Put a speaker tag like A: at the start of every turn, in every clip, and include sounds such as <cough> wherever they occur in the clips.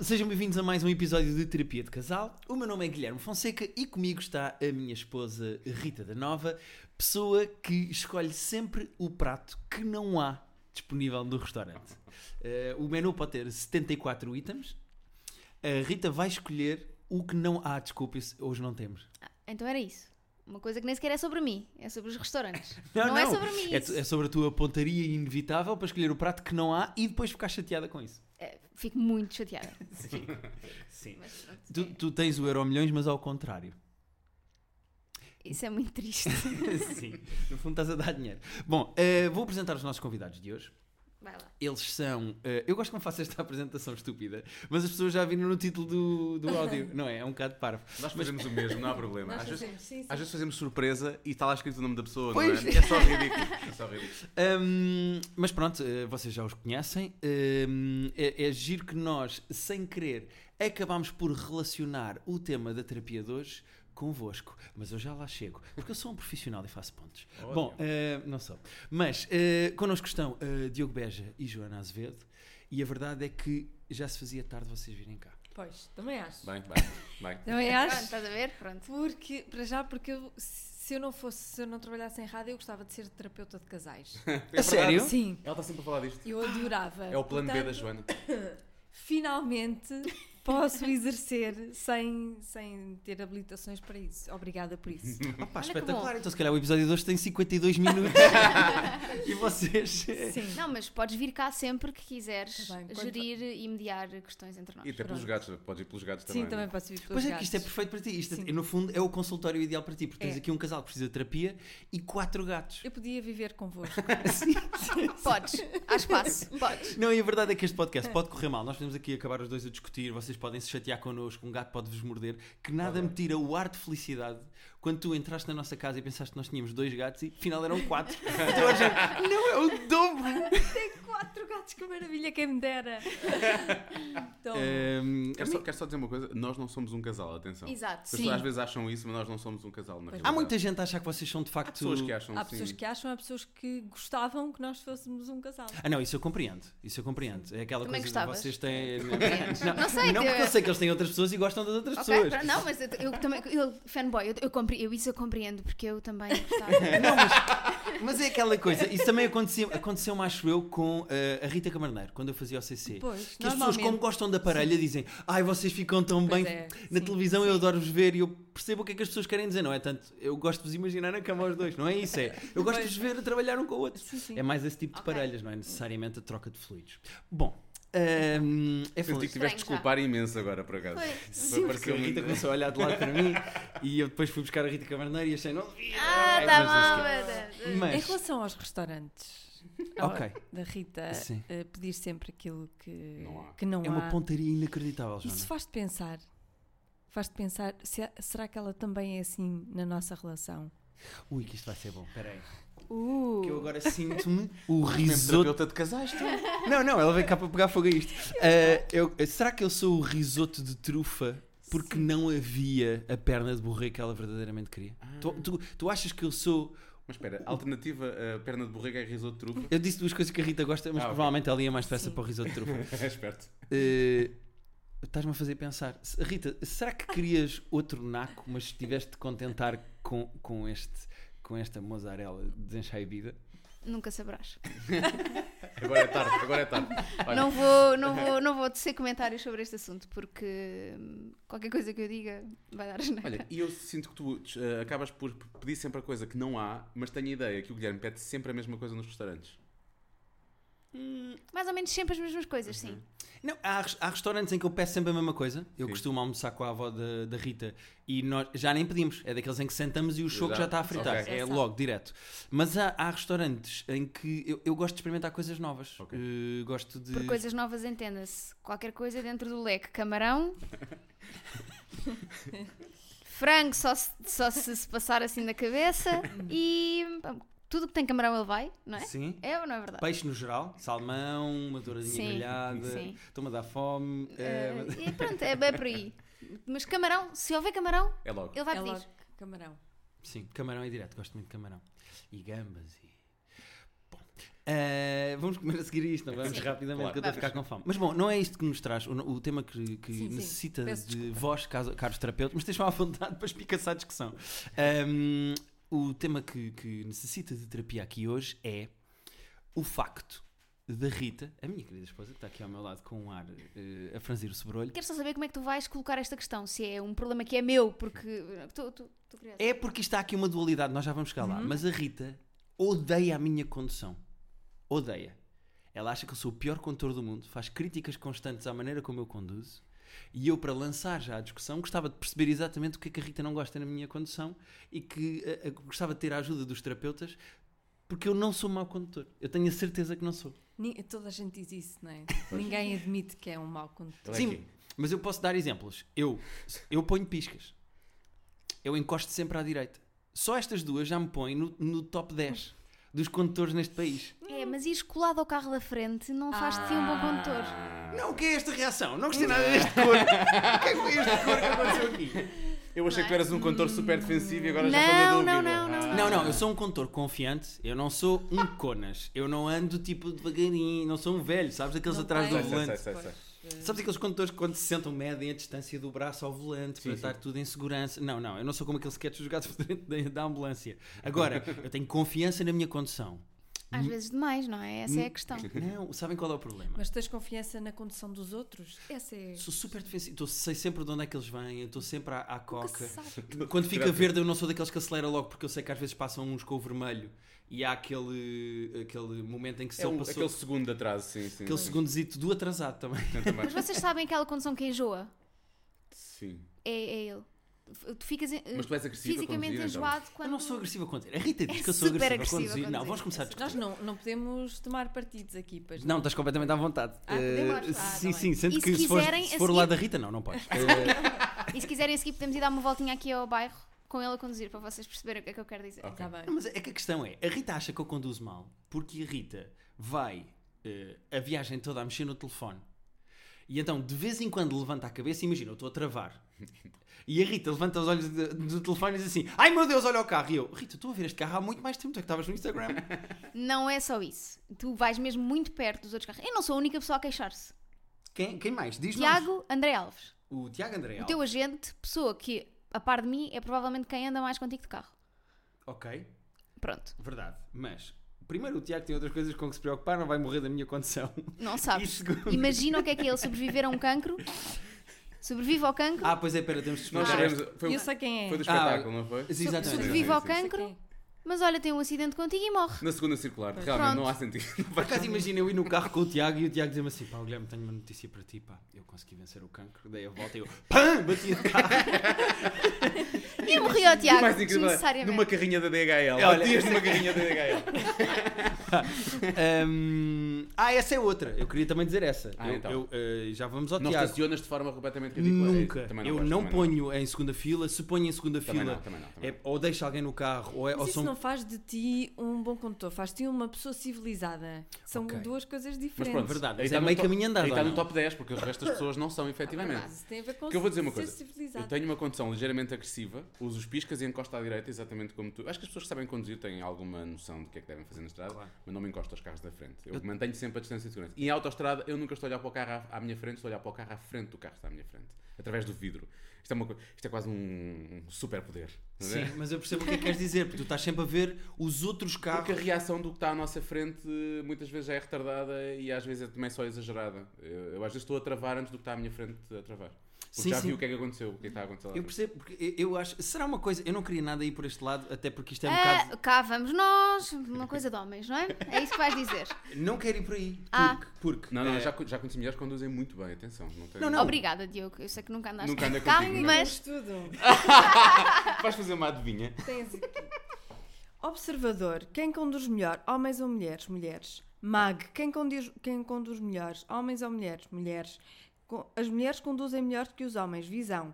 A: Sejam bem-vindos a mais um episódio de Terapia de Casal. O meu nome é Guilherme Fonseca e comigo está a minha esposa Rita da Nova, pessoa que escolhe sempre o prato que não há disponível no restaurante. Eh, o menu pode ter 74 itens. A Rita vai escolher o que não há, desculpe, se hoje não temos.
B: Então era isso. Uma coisa que nem sequer é sobre mim, é sobre os restaurantes. não, é sobre mim.
A: É,
B: isso.
A: tu- é sobre a tua pontaria inevitável para escolher o prato que não há e depois ficar chateada com isso.
B: É, Fico muito chateada.
A: Sim. Sim.
B: mas pronto,
A: Tu, tu tens o Euro Milhões, mas ao contrário.
B: é- Isso é muito triste.
A: <laughs> Sim. No fundo estás a dar dinheiro. Bom, eh, vou apresentar os nossos convidados de hoje.
B: Vai lá.
A: Eles são. eh, eu gosto que me faça esta <laughs> apresentação estúpida, mas as pessoas já viram no título do, do áudio, não é? É um bocado parvo.
C: Nós fazemos o mesmo, não há problema. Às vezes,
B: sim,
C: às vezes fazemos surpresa e está lá escrito o nome da pessoa,
A: Pois.
C: não é? É só ridículo. É só ridículo.
A: Ahm, mas pronto, eh, vocês já os conhecem. Ahm, é, é giro que nós, sem querer, acabámos por relacionar o tema da terapia de hoje convosco. Mas eu já lá chego, porque eu sou um profissional e faço pontos.
C: Ótimo.
A: Bom, eh, não sou. Mas eh, connosco estão eh, Diogo Beja e Joana Azevedo. E a verdade é que já se fazia tarde vocês virem cá.
D: Pois, também acho.
C: Bem, bem, É bem.
D: Também
B: Pronto,
D: acho.
B: estás a ver? Pronto.
D: Porque, para já, porque eu, se eu não fosse, se eu não trabalhasse em rádio, eu gostava de ser terapeuta de casais.
A: A sério?
D: Sim.
C: Ela está sempre a falar disto.
D: Eu adorava.
C: É o plano B da
D: Portanto,
C: Joana.
D: Finalmente posso exercer sem, sem ter habilitações para isso. Obrigada por
C: <laughs>
D: isso.
A: Ah pá,
B: Olha que
A: espetacular.
B: bom.
A: Então, se calhar, o episódio de hoje tem 52 minutos. <laughs> e vocês. eh,
D: Sim.
B: Não, mas podes vir cá sempre que quiseres
D: Tá bem, quando-
B: gerir e mediar questões entre nós.
C: E até pelos
D: Pronto.
C: gatos, podes ir pelos gatos
D: Sim,
C: também. não é?
D: também posso vir pelos
A: Pois é, que isto é
D: gatos.
A: perfeito para ti. Isto,
D: Sim.
A: no fundo, é o consultório ideal para ti, porque tens
D: É.
A: aqui um casal que precisa de terapia e quatro gatos.
D: Eu podia viver convosco.
A: <laughs>
B: Podes, há espaço, podes.
A: Não, e a verdade é que este podcast pode correr mal. Nós podemos aqui acabar os dois a discutir, vocês podem se chatear connosco, um gato pode-vos morder, que
C: Tá
A: nada me tira o ar de felicidade quando tu entraste na nossa casa e pensaste que nós tínhamos dois gatos e afinal eram
D: <laughs>
A: quatro. então, a gente, não, é o dobro!
D: <laughs> Tem quatro gatos, que maravilha, quem me dera. <laughs> Então,
C: É,
A: Ehm,
C: Quero só, quero só dizer uma coisa: nós não somos um casal, atenção.
B: Exato.
C: As pessoas às vezes acham isso, mas nós não somos um casal. Na
A: há
C: realidade.
A: muita gente a achar que vocês são de
C: Há
A: facto.
C: pessoas que acham
D: há
C: sim.
D: pessoas que acham, há pessoas que gostavam que nós fôssemos um casal.
A: Ah, não, isso eu compreendo. Isso eu compreendo. É aquela
B: Também
A: coisa
B: gostavas?
A: que vocês têm.
B: Compreendes? Não sei,
D: tipo-
A: Não, porque
B: que-
A: eu sei que eles têm outras pessoas e gostam das outras
B: Ok,
A: pessoas.
B: pronto, não, mas eu, eu também, eu, fanboy, eu, eu, compre- eu isso eu compreendo, porque eu também gostava.
A: Mas é aquela coisa, isso também aconteceu, aconteceu acho eu, com eh, a Rita Camarneiro, quando eu fazia o CC.
D: Pois,
A: que as pessoas,
D: normalmente.
A: como gostam da parelha, dizem ai, vocês ficam tão
D: Pois
A: bem
D: é,
A: na
D: sim,
A: televisão, eu adoro-vos ver e eu percebo o que é que as pessoas querem dizer, não é tanto eu gosto de vos imaginar na cama aos dois, não é isso? É eu gosto de vos ver a trabalhar um com o outro.
D: Sim, sim.
A: É mais esse tipo de
B: Ok.
A: parelhas, não é necessariamente a troca de fluidos. Bom, ehm, é
C: Senti
A: feliz.
C: que tiveste tipo de
B: Estranho já.
C: desculpar imenso agora, por acaso.
B: Foi.
A: Sim, porque a
C: pareceu
A: Rita
C: muito-
A: começou a olhar de lado para mim e eu depois fui buscar a Rita Camarneiro e achei, não.
B: ah,
A: Ai,
B: tá
A: mas
B: mal.
A: não
B: mas-
D: Em
A: Mas,
D: relação aos restaurantes,
A: Ok.
D: ao- da Rita
A: Sim.
D: eh, pedir sempre aquilo que
C: Não há.
D: que não
A: é uma
D: há.
A: pontaria inacreditável, Joana.
D: Isso faz-te pensar. Faz-te pensar, se- será que ela também é assim na nossa relação?
A: Ui, que isto vai ser bom, peraí.
D: Uh,
A: Que eu agora sinto-me <laughs> o
C: Mesmo
A: um risoto.
C: terapeuta de casais, tu.
A: <laughs> Não, não, ela veio cá para pegar fogo a isto. Ah, eu- será que eu sou o risoto de trufa porque não havia a perna de borrego que ela verdadeiramente queria?
D: Ah.
A: Tu, tu- tu achas que eu sou.
C: Mas espera, a alternativa a perna de borrega é risoto
A: <laughs>
C: de trufa. <laughs>
A: Eu disse duas coisas que a Rita gosta, mas
C: Ah, ok.
A: provavelmente ela ia mais depressa
D: Sim.
A: para o risoto
D: <laughs>
A: de trufa.
C: É esperto.
A: Ah, Estás-me a fazer pensar. Se- Rita, será que querias outro naco, mas tiveste de contentar com, com, este, com esta mozzarella desenchaibida?
B: Nunca saberás.
C: Agora é tarde, agora é tarde. Olha,
B: Não vou, não, vou, não vou tecer comentários sobre este assunto, porque hum, qualquer coisa que eu diga vai dar asneira.
C: Olha, e eu sinto que tu eh, acabas por pedir sempre a coisa que não há, mas tenho a ideia que o Guilherme pede sempre a mesma coisa nos restaurantes.
B: Mais ou menos sempre as mesmas coisas, sim.
A: Não, há, res- há restaurantes em que eu peço sempre a mesma coisa. Eu
C: Sim.
A: costumo almoçar com a avó da, da Rita e nós já nem pedimos. É daqueles em que sentamos e o choco já,
C: Já-
A: está a fritar.
C: ok.
A: É
D: Já sabe.
A: logo, direto. Mas há, há restaurantes em que eu, eu gosto de experimentar coisas novas.
C: Ok.
A: Eh, gosto de.
B: Por coisas novas, entenda-se. Qualquer coisa dentro do leque. Camarão. frango, só se, só se, se passar assim na cabeça. E pá, tudo que tem camarão ele vai, não é?
A: Sim.
B: É ou não é verdade?
A: Peixe no geral, salmão, uma douradinha
B: Sim,
A: grelhada,
B: sim.
A: estou-me a dar fome. eh,
B: Eh,
A: mas-
B: e pronto, é bem por aí. Mas camarão, se houver camarão,
C: É logo.
B: ele vai
D: é
B: pedir.
D: logo camarão.
A: Sim, camarão é direto, gosto muito de camarão. E gambas e. Bom. Ah, vamos comer a seguir isto, não vamos
B: Sim.
A: rapidamente,
C: Claro.
A: que eu estou a ficar com fome. Mas bom, não é isto que nos traz, o, o tema que, que
D: Sim, sim.
A: necessita
D: Peço
A: de
D: desculpa.
A: vós, caso- caros terapeutas, mas estejam à vontade para espicaçar a discussão. Ahm, o tema que, que necessita de terapia aqui hoje é o facto da Rita, a minha querida esposa, que está aqui ao meu lado com um ar eh, a franzir o sobrolho,
B: Quero só saber como é que tu vais colocar esta questão, se é um problema que é meu, porque estou curiosa.
A: É porque está aqui uma dualidade, nós já vamos chegar lá. Mas a Rita odeia a minha condução. Odeia. Ela acha que eu sou o pior condutor do mundo, faz críticas constantes à maneira como eu conduzo. E eu, para lançar já a discussão, gostava de perceber exatamente o que é que a Rita não gosta na minha condução e que eh, eh, gostava de ter a ajuda dos terapeutas, porque eu não sou mau condutor. Eu tenho a certeza que não sou.
D: Ni- Toda a gente diz isso, não é? Ninguém admite que é um mau condutor.
C: Ele é
A: Sim,
C: aqui.
A: mas eu posso dar exemplos. Eu, eu ponho piscas. Eu encosto sempre à direita. Só estas duas já me põem no, no top 10 dos condutores neste país.
B: É, mas ires colado ao carro da frente não faz de ti um
C: Ah.
B: bom condutor.
A: Não, o que é esta reação? Não gostei nada deste cor. O que é que foi este cor que aconteceu aqui?
C: Eu achei que tu eras um contor super defensivo e agora já estou na
B: é? Não,
C: dúvida.
B: não,
C: Ah,
B: não, não,
A: Não, não, eu sou um condutor confiante. Eu não sou um conas. Eu não ando tipo devagarinho. Não sou um velho, sabes? Aqueles
D: Não
A: atrás do
C: Sei,
D: tens.
C: sei, sei,
A: volante.
C: sei, sei.
A: Sabes aqueles condutores que quando se sentam medem a distância do braço ao volante para
C: sim.
A: estar tudo em segurança? Não, não, eu não sou como aqueles sketches jogados <laughs> por dentro da- da ambulância. Agora, eu tenho confiança na minha condução.
B: Às vezes demais, não é? Essa é a questão.
A: Não, sabem qual é o problema?
D: eh, Mas tens confiança na condução dos outros? Essa é.
A: Sou super defensivo, Tô- sei sempre de onde é que eles vêm, eu estou sempre à, à
D: Nunca
A: coca.
D: se sabe.
A: <laughs> Quando fica verde, eu não sou daqueles que acelera logo, porque eu sei que às vezes passam uns com o vermelho e há aquele, aquele momento em que
C: É
A: só
C: um,
A: passou
C: aquele
A: aquele,
C: segundo de atraso, sim, é sim. sim.
A: segundozito do atrasado também.
C: Eu também.
B: Mas vocês sabem aquela condição que enjoa?
C: Sim.
B: É, é ele. F- Tu ficas eh,
C: Mas tu és agressiva a
B: fisicamente
C: conduzir, então?
B: enjoado quando.
A: Eu não sou agressivo a conduzir. A Rita diz
B: É
A: que eu sou
B: super
A: agressivo a
B: agressiva a
A: conduzir. Não,
B: conduzir.
A: vamos começar a discutir.
D: Nós não, não podemos tomar partidos aqui, pois
A: Não, estás completamente à vontade.
D: Ah, podemos?
A: Eh,
D: Ah,
A: sim,
D: tá
A: sim,
D: bem.
A: sendo
B: E
A: que
B: se
A: se, for,
B: quiserem,
A: se
B: a
A: for o lado da
B: seguir-
A: Rita, não, não <laughs> podes. Eh,
B: E se quiserem seguir, podemos ir dar uma voltinha aqui ao bairro com ele a conduzir para vocês perceberem o que é que eu quero dizer.
C: Ok.
D: Está tá bem.
A: não, mas é que a questão é: a Rita acha que eu conduzo mal porque a Rita vai eh, a viagem toda a mexer no telefone e então de vez em quando levanta a cabeça. Imagina, eu estou a travar e a Rita levanta os olhos de- do telefone e diz assim: Ai meu Deus, olha o carro! E eu, Rita, estou a ver este carro há muito mais tempo. Tu é que estavas no Instagram.
B: Não é só isso. Tu vais mesmo muito perto dos outros carros. Eu não sou a única pessoa a queixar-se.
A: <laughs> quem, quem mais? Diz
B: Tiago André Alves,
A: O Tiago André.
B: o teu agente, pessoa que, a par de mim, é provavelmente quem anda mais contigo de carro.
A: Ok.
B: Pronto,
A: Verdade, mas primeiro o Tiago tem outras coisas com que se preocupar, não vai morrer da minha condição.
B: não sabes.
A: E segundo-
B: Imagina o que é que é ele sobreviver a um cancro. Sobrevive ao cancro.
A: Ah, pois é, pera, temos de
C: Nós
A: explicar.
C: sabemos. Foi, um
D: Eu sei quem é.
C: foi do
A: Ah,
C: espetáculo, não foi?
A: Sim, Exatamente.
B: Sobrevive ao
C: Sim, sim, sim.
B: cancro,
D: Sei quem
B: mas olha, tem um acidente contigo e
C: <laughs>
B: morre.
C: Na segunda circular, realmente
B: Pronto.
C: não há sentido. Não
A: Por
C: vai-
A: acaso imagina eu ir no carro com o Tiago e o Tiago dizer-me assim: pá, Guilherme, tenho uma notícia para ti, pá, eu consegui vencer o cancro, dei a volta e eu PAM! Bati de <laughs> carro.
B: E morreu ao
C: O
B: Tiago,
C: mais incrível é,
B: desnecessariamente.
C: numa carrinha da DHL.
A: Olha. <laughs>
C: Batias numa carrinha da DHL.
A: Hum, ah, essa é outra, eu queria também dizer essa.
C: Ah,
A: Eu-
C: então.
A: eu, eh, já vamos ao
C: Não
A: Tiago.
C: estacionas de forma completamente ridícula. é
A: Nunca,
C: Também
A: eu
C: gosto,
A: não
C: também
A: ponho em segunda fila, se ponho em segunda
C: Também
A: fila,
C: não, também não, também
A: é- ou deixo alguém no carro, ou, é, ou
D: Mas isso
A: são
D: não faz de ti um bom condutor, faz de ti uma pessoa civilizada. São
A: Ok.
D: duas coisas
C: Mas
D: diferentes.
C: pronto,
A: Verdade,
C: aí
A: mas
C: está
A: é
C: no
A: meio
C: top-
A: caminho andado,
C: Aí está
A: ou
C: no
A: não?
C: top 10, porque o resto das pessoas não são, efetivamente.
D: É Isso tem a ver com
C: Porque eu vou dizer uma
D: ser
C: coisa.
D: civilizado.
C: Eu tenho uma condição ligeiramente agressiva, uso os piscas e encosto à direita, exatamente como tu. Acho que as pessoas que sabem conduzir têm alguma noção do que é que devem fazer na estrada,
A: Claro.
C: mas não me encosto aos carros da frente. Eu, mantenho sempre a distância de segurança. E em autoestrada, eu nunca estou a olhar para o carro à, à minha frente, estou a olhar para o carro à frente do carro que está à minha frente, através do vidro. Isto é, uma, co- isto é quase um, um superpoder. não é?
A: <laughs> Sim, mas eu percebo o que é que queres dizer, porque tu estás sempre a ver os outros
C: Porque a
A: carros.
C: reação do que está à nossa frente eh, muitas vezes já é retardada e às vezes é também só exagerada. Eu, eu às vezes estou a travar antes do que está à minha frente a travar. Porque
A: Sim,
C: já
A: sim.
C: vi o que é que aconteceu, o que é que está a acontecer lá.
A: Eu percebo, porque eu- eu acho. Será uma coisa. Eu não queria nada ir por este lado, até porque isto é um
B: Ah,
A: bocado.
B: cá vamos nós, uma coisa de homens, não é? É isso que vais dizer.
A: Não quero ir por aí. Porque.
B: Ah.
A: porque
C: Não, não,
A: eh,
C: já, co- já conheci mulheres que conduzem muito bem, atenção. É. Não, tem...
A: Não, não.
B: Obrigada, Diogo. Eu sei que nunca andaste
C: Nunca andei
B: de carro,
D: um
C: contigo, não é?
B: mas
D: Tudo.
C: Vais fazer uma adivinha.
D: Tens aqui. Observador, quem conduz melhor, homens ou mulheres? Mulheres. Mag, quem conduz, quem conduz melhor, homens ou mulheres? Mulheres. Co- As mulheres conduzem melhor que os homens. Visão.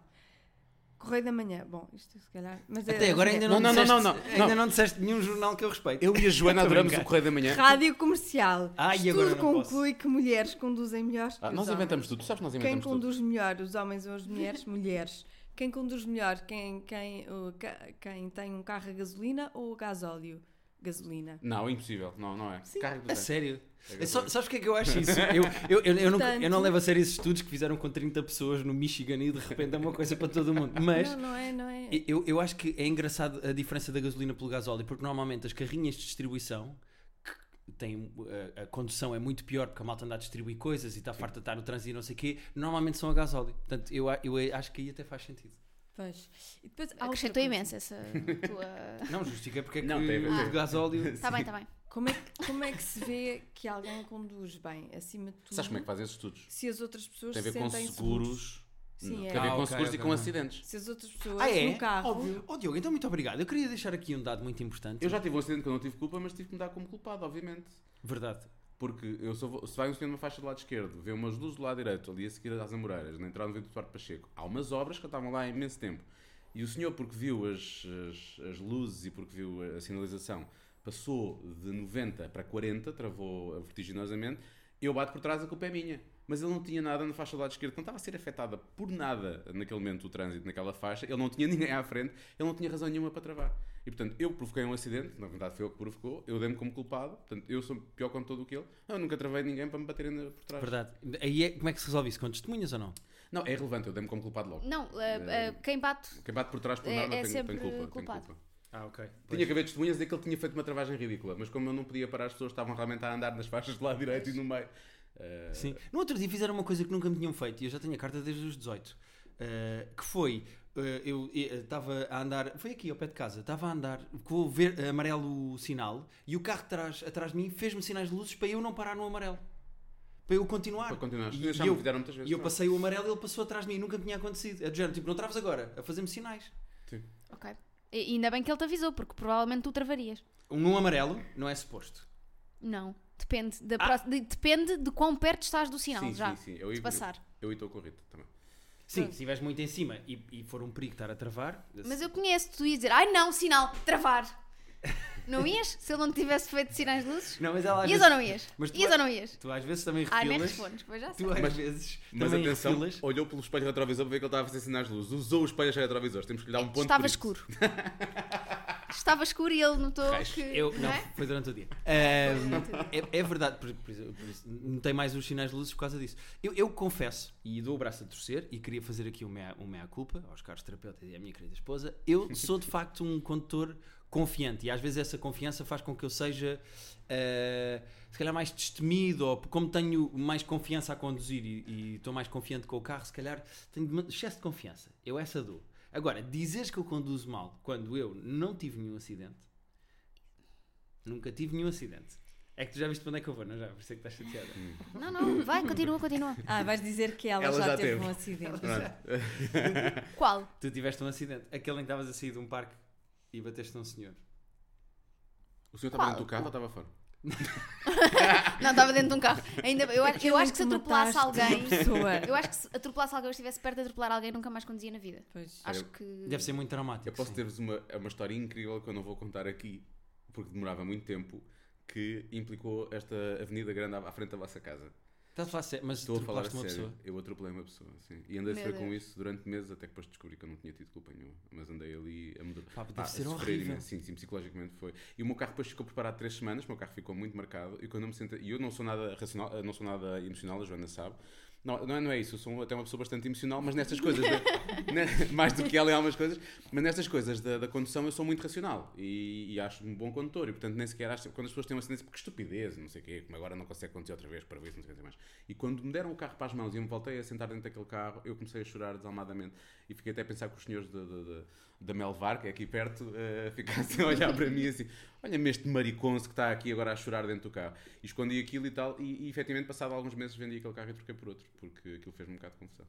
D: Correio da manhã. Bom, isto se calhar. Mas é
A: Até
D: as
A: agora ainda
D: mulheres.
A: não,
C: Não, não,
A: disseste,
C: não, não, não.
A: ainda não. disseste nenhum jornal que eu respeito.
C: <laughs> Eu e a
A: <laughs> Tô
C: Joana
A: a
C: adoramos
A: brincar.
C: o Correio da Manhã.
D: Rádio comercial.
A: Ah, e
D: Estudo
A: agora não
D: conclui que mulheres conduzem melhor que
C: Ah,
D: os
C: nós
D: homens.
C: inventamos tudo, tu sabes que nós
D: Quem
C: inventamos tudo.
D: conduz melhor, os homens ou as mulheres? Mulheres. Quem conduz melhor, quem, quem, o ca- quem tem um carro a gasolina ou a gasóleo? gasolina.
C: Não, impossível. Não, não é. Carro
A: A
C: importante.
A: sério?
C: É
A: É só,
C: gasolina.
A: sabes o que é que eu acho
C: <laughs>
A: isso? Eu, eu, eu, eu, nunca- eu não,
D: Portanto-
A: levo a sério esses estudos que fizeram com 30 pessoas no Michigan e de repente é uma coisa para todo o mundo. Mas
D: Não, não é, não é.
A: eu, eu acho que é engraçado a diferença da gasolina pelo gasóleo, porque normalmente as carrinhas de distribuição que têm, a, a condução é muito pior porque a malta anda a distribuir coisas e está farta de estar no trânsito e não sei o quê, normalmente são a gasóleo. Portanto, eu, a- eu acho que aí até faz sentido.
D: Pois. E depois há outra
B: Acrescentou
D: coisa.
B: imenso essa
C: <laughs>
B: tua.
A: Não, justifica porque é que
C: Não, tem a ver,
A: o
C: tem.
A: de
C: <laughs>
A: gasóleo...
B: Está bem, está bem.
D: Como é, que- como é que se vê que alguém conduz bem, acima de tudo?
C: Sabes como é que fazem esses estudos?
D: Se as outras pessoas
C: Tem a ver
D: se
C: com
D: sentem
C: seguros.
D: Sim,
C: Tem
D: é.
C: a ver
A: Ah,
C: com
A: ok,
C: seguros
A: ok,
C: e com
A: ok.
C: acidentes.
D: Se as outras pessoas
A: Ah, é?
D: no carro.
A: Óbvio. Oh, Diogo, então muito obrigado. Eu queria deixar aqui um dado muito importante.
C: Eu já tive um acidente que eu não tive culpa, mas tive que me dar como culpado, obviamente.
A: Verdade.
C: Porque eu só vou- se vai um senhor numa faixa do lado esquerdo, vê umas luzes do lado direito, ali a seguir às Amoreiras, na entrada do Vitor Duarte Pacheco, há umas obras que estavam lá há imenso tempo. E o senhor, porque viu as, as, as luzes e porque viu a, a sinalização, passou de 90 para 40, travou vertiginosamente, eu bato por trás, a culpa é minha. Mas ele não tinha nada na faixa do lado esquerdo, não estava a ser afetada por nada naquele momento o trânsito naquela faixa, ele não tinha <laughs> ninguém à frente, ele não tinha razão nenhuma para travar. E portanto, eu provoquei um acidente, na verdade foi eu que provocou, eu dei-me como culpado, portanto, eu sou pior condutor do que ele, eu nunca travei ninguém para me baterem na- por trás.
A: Verdade. Aí é- como é que se resolve isso? Com testemunhas ou não?
C: Não, é irrelevante, eu dei-me como culpado logo.
B: Não, uh, uh, quem bate.
C: Quem bate por trás por
B: É-
C: nada
B: é
C: tem,
B: sempre
C: tem culpa. tem
B: culpado.
C: culpa.
A: Ah, ok.
C: Tinha que haver testemunhas de que ele tinha feito uma travagem ridícula, mas como eu não podia parar, as pessoas estavam realmente a andar nas faixas do lado direito e no meio. Eh,
A: Sim. No outro dia fizeram uma coisa que nunca me tinham feito e eu já tenho a carta desde os 18. eh, que foi, eh, eu eh, estava a andar, foi aqui ao pé de casa, estava a andar com o ver, amarelo o sinal e o carro de trás, atrás de mim fez-me sinais de luzes para eu não parar no amarelo. Para eu continuar.
C: Para continuar,
A: E,
C: já
A: e
C: me
A: eu,
C: fizeram muitas vezes.
A: e eu
C: não. é?
A: passei o amarelo e ele passou atrás de mim, nunca me tinha acontecido. É do género, tipo, não traves agora, a fazer-me sinais.
B: Ok. E ainda bem que ele te avisou, porque provavelmente tu travarias.
A: Um amarelo não é suposto.
B: Não. Depende, da
A: Ah.
B: prox- de, depende de quão perto estás do sinal
C: sim,
B: já.
C: Sim, sim, eu
B: de
C: ia-
B: passar.
C: Eu estou com o Rita também.
A: Sim,
B: Pronto.
A: se estiveres muito em cima e, e for um perigo estar a travar.
B: Mas eu conheço, tu ias dizer, ai não, sinal, travar. Não ias? Se ele não tivesse feito sinais de luzes?
A: Não, Ah, mas ela às
B: Ias ou
A: vezes-
B: não ias?
A: Mas tu
B: Ias
A: vai-
B: ou não ias?
A: Tu às vezes também
B: Ah,
A: refilas.
B: nem respondes, pois já sei.
A: é Tu às
C: Mas-
A: vezes
C: Mas
A: também
C: atenção,
A: refilas.
C: olhou pelo espelho retrovisor para ver que ele estava a fazer sinais de luz. Usou o espelho retrovisor. Temos que lhe dar um ponto
B: Estava
C: por isso.
B: escuro. Estava escuro e ele notou
C: Raios.
B: que.
A: Eu,
B: não
A: não,
B: é?
A: foi durante o dia. Ahm, é, é verdade, por, por isso- por isso notei mais os sinais de luzes por causa disso. Eu, eu confesso, e dou o braço a torcer, e queria fazer aqui um mea- um mea-culpa aos caros terapeutas e à minha querida esposa. Eu
B: <laughs>
A: sou de facto um condutor confiante, e às vezes essa confiança faz com que eu seja ah, se calhar mais destemido, ou como tenho mais confiança a conduzir e- e estou mais confiante com o carro, se calhar tenho dema- excesso de confiança. Eu essa dou. Agora, dizeres que eu conduzo mal quando eu não tive nenhum acidente. Nunca tive nenhum acidente. É que tu já viste para onde é que eu vou, não já? Por isso é que estás chateada.
C: Hum.
B: Não, não, vai, continua, continua.
D: Ah, vais dizer que ela,
C: Ela
D: já,
C: já
D: teve,
C: teve.
D: um acidente.
C: Pronto.
B: Qual?
A: tu tiveste um acidente. Aquele em que estavas a sair de um parque e bateste num senhor.
C: O senhor estava dentro do carro ou estava fora?
B: Não, estava dentro de um carro. Ainda, bem, eu, acho- eu acho que se atropelasse
D: Mataste uma
B: alguém.
D: Pessoa.
B: Eu acho que se atropelasse alguém, eu estivesse perto de atropelar alguém, nunca mais conduzia na vida.
D: Pois.
B: Acho que.
A: Deve ser muito traumático.
C: Eu posso
A: sim.
C: ter-vos uma, é uma história incrível que eu não vou contar aqui, porque demorava muito tempo, que implicou esta avenida grande à, à frente da vossa casa.
A: Estás a Tá falar sério, mas
C: Estou a falar a
A: atropelaste
C: sério.
A: uma pessoa.
C: Eu atropelei uma pessoa, sim. E andei
B: Meu
C: a sofrer com
B: Deus.
C: isso durante meses, até que depois descobri que eu não tinha tido culpa nenhuma. Mas andei ali a mudar.
A: Pá, deve
C: a
A: ser
C: sofrer
A: horrível.
C: imenso. Sim, sim, psicologicamente foi. E o meu carro depois ficou preparado três semanas, o meu carro ficou muito marcado. E quando eu me sentei. E eu não sou nada racional, eh, não sou nada emocional, a Joana sabe. Não, não é, não é isso, eu sou até uma pessoa bastante emocional, mas nestas coisas, da- <laughs> ne- mais do que ela em algumas coisas, mas nestas coisas da, da condução eu sou muito racional e, e acho-me um bom condutor e, portanto, nem sequer acho, quando as pessoas têm uma tendência, porque estupidez, não sei o quê, como agora não consegue conduzir outra vez, para ver, não sei o que dizer mais. E quando me deram o carro para as mãos e eu me voltei a sentar dentro daquele carro, eu comecei a chorar desalmadamente e fiquei até a pensar que os senhores da- da- da- da Melvar, que é aqui perto, eh, <laughs> ficassem a olhar para mim assim, olha-me este mariconce que está aqui agora a chorar dentro do carro. E escondi aquilo e tal, e, e efetivamente, passado alguns meses, vendi aquele carro e troquei por outro, porque aquilo fez-me um bocado de confusão.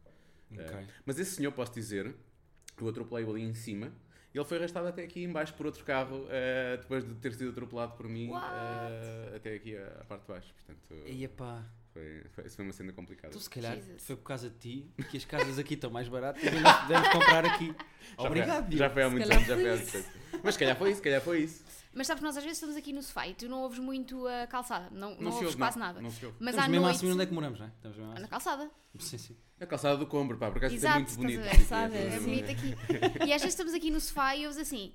A: Ok.
C: Mas esse senhor, posso dizer, eu atropelei-o ali em cima. e Ele foi arrastado até aqui em baixo por outro carro, eh, depois de ter sido atropelado por mim,
B: What?
C: eh, até aqui à, à parte de baixo. Portanto,
A: E epá,
C: foi, foi, isso foi uma cena complicada.
A: tu se calhar
B: Jesus.
A: foi por causa de ti que as casas aqui estão mais baratas e nós podemos comprar aqui.
C: <laughs> Já
A: Obrigado,
C: foi,
A: Diogo.
C: já foi há muitos anos,
D: calhar
C: já foi há muitos anos. Mas se calhar foi isso, se calhar foi isso.
B: Mas sabes, que nós às vezes estamos aqui no sofá e tu não ouves muito a calçada, não, não,
C: Não se
B: ouves
C: ouve,
B: quase
C: não.
B: nada.
C: Não se ouve.
B: Mas
A: Estamos
B: à
A: mesmo a
B: noite.
A: assumir onde é que moramos, não é? Estamos mesmo a
B: Na
A: assumir.
B: calçada.
A: Sim, sim.
C: A calçada do Combro, pá, por acaso
B: Exato,
C: é muito
B: estás a
C: bonito.
B: ver?
C: aqui, é
D: Sabe,
C: tudo
B: É
D: Sim.
B: bonito
A: <laughs>
B: aqui. E às vezes estamos aqui no sofá e ouves assim.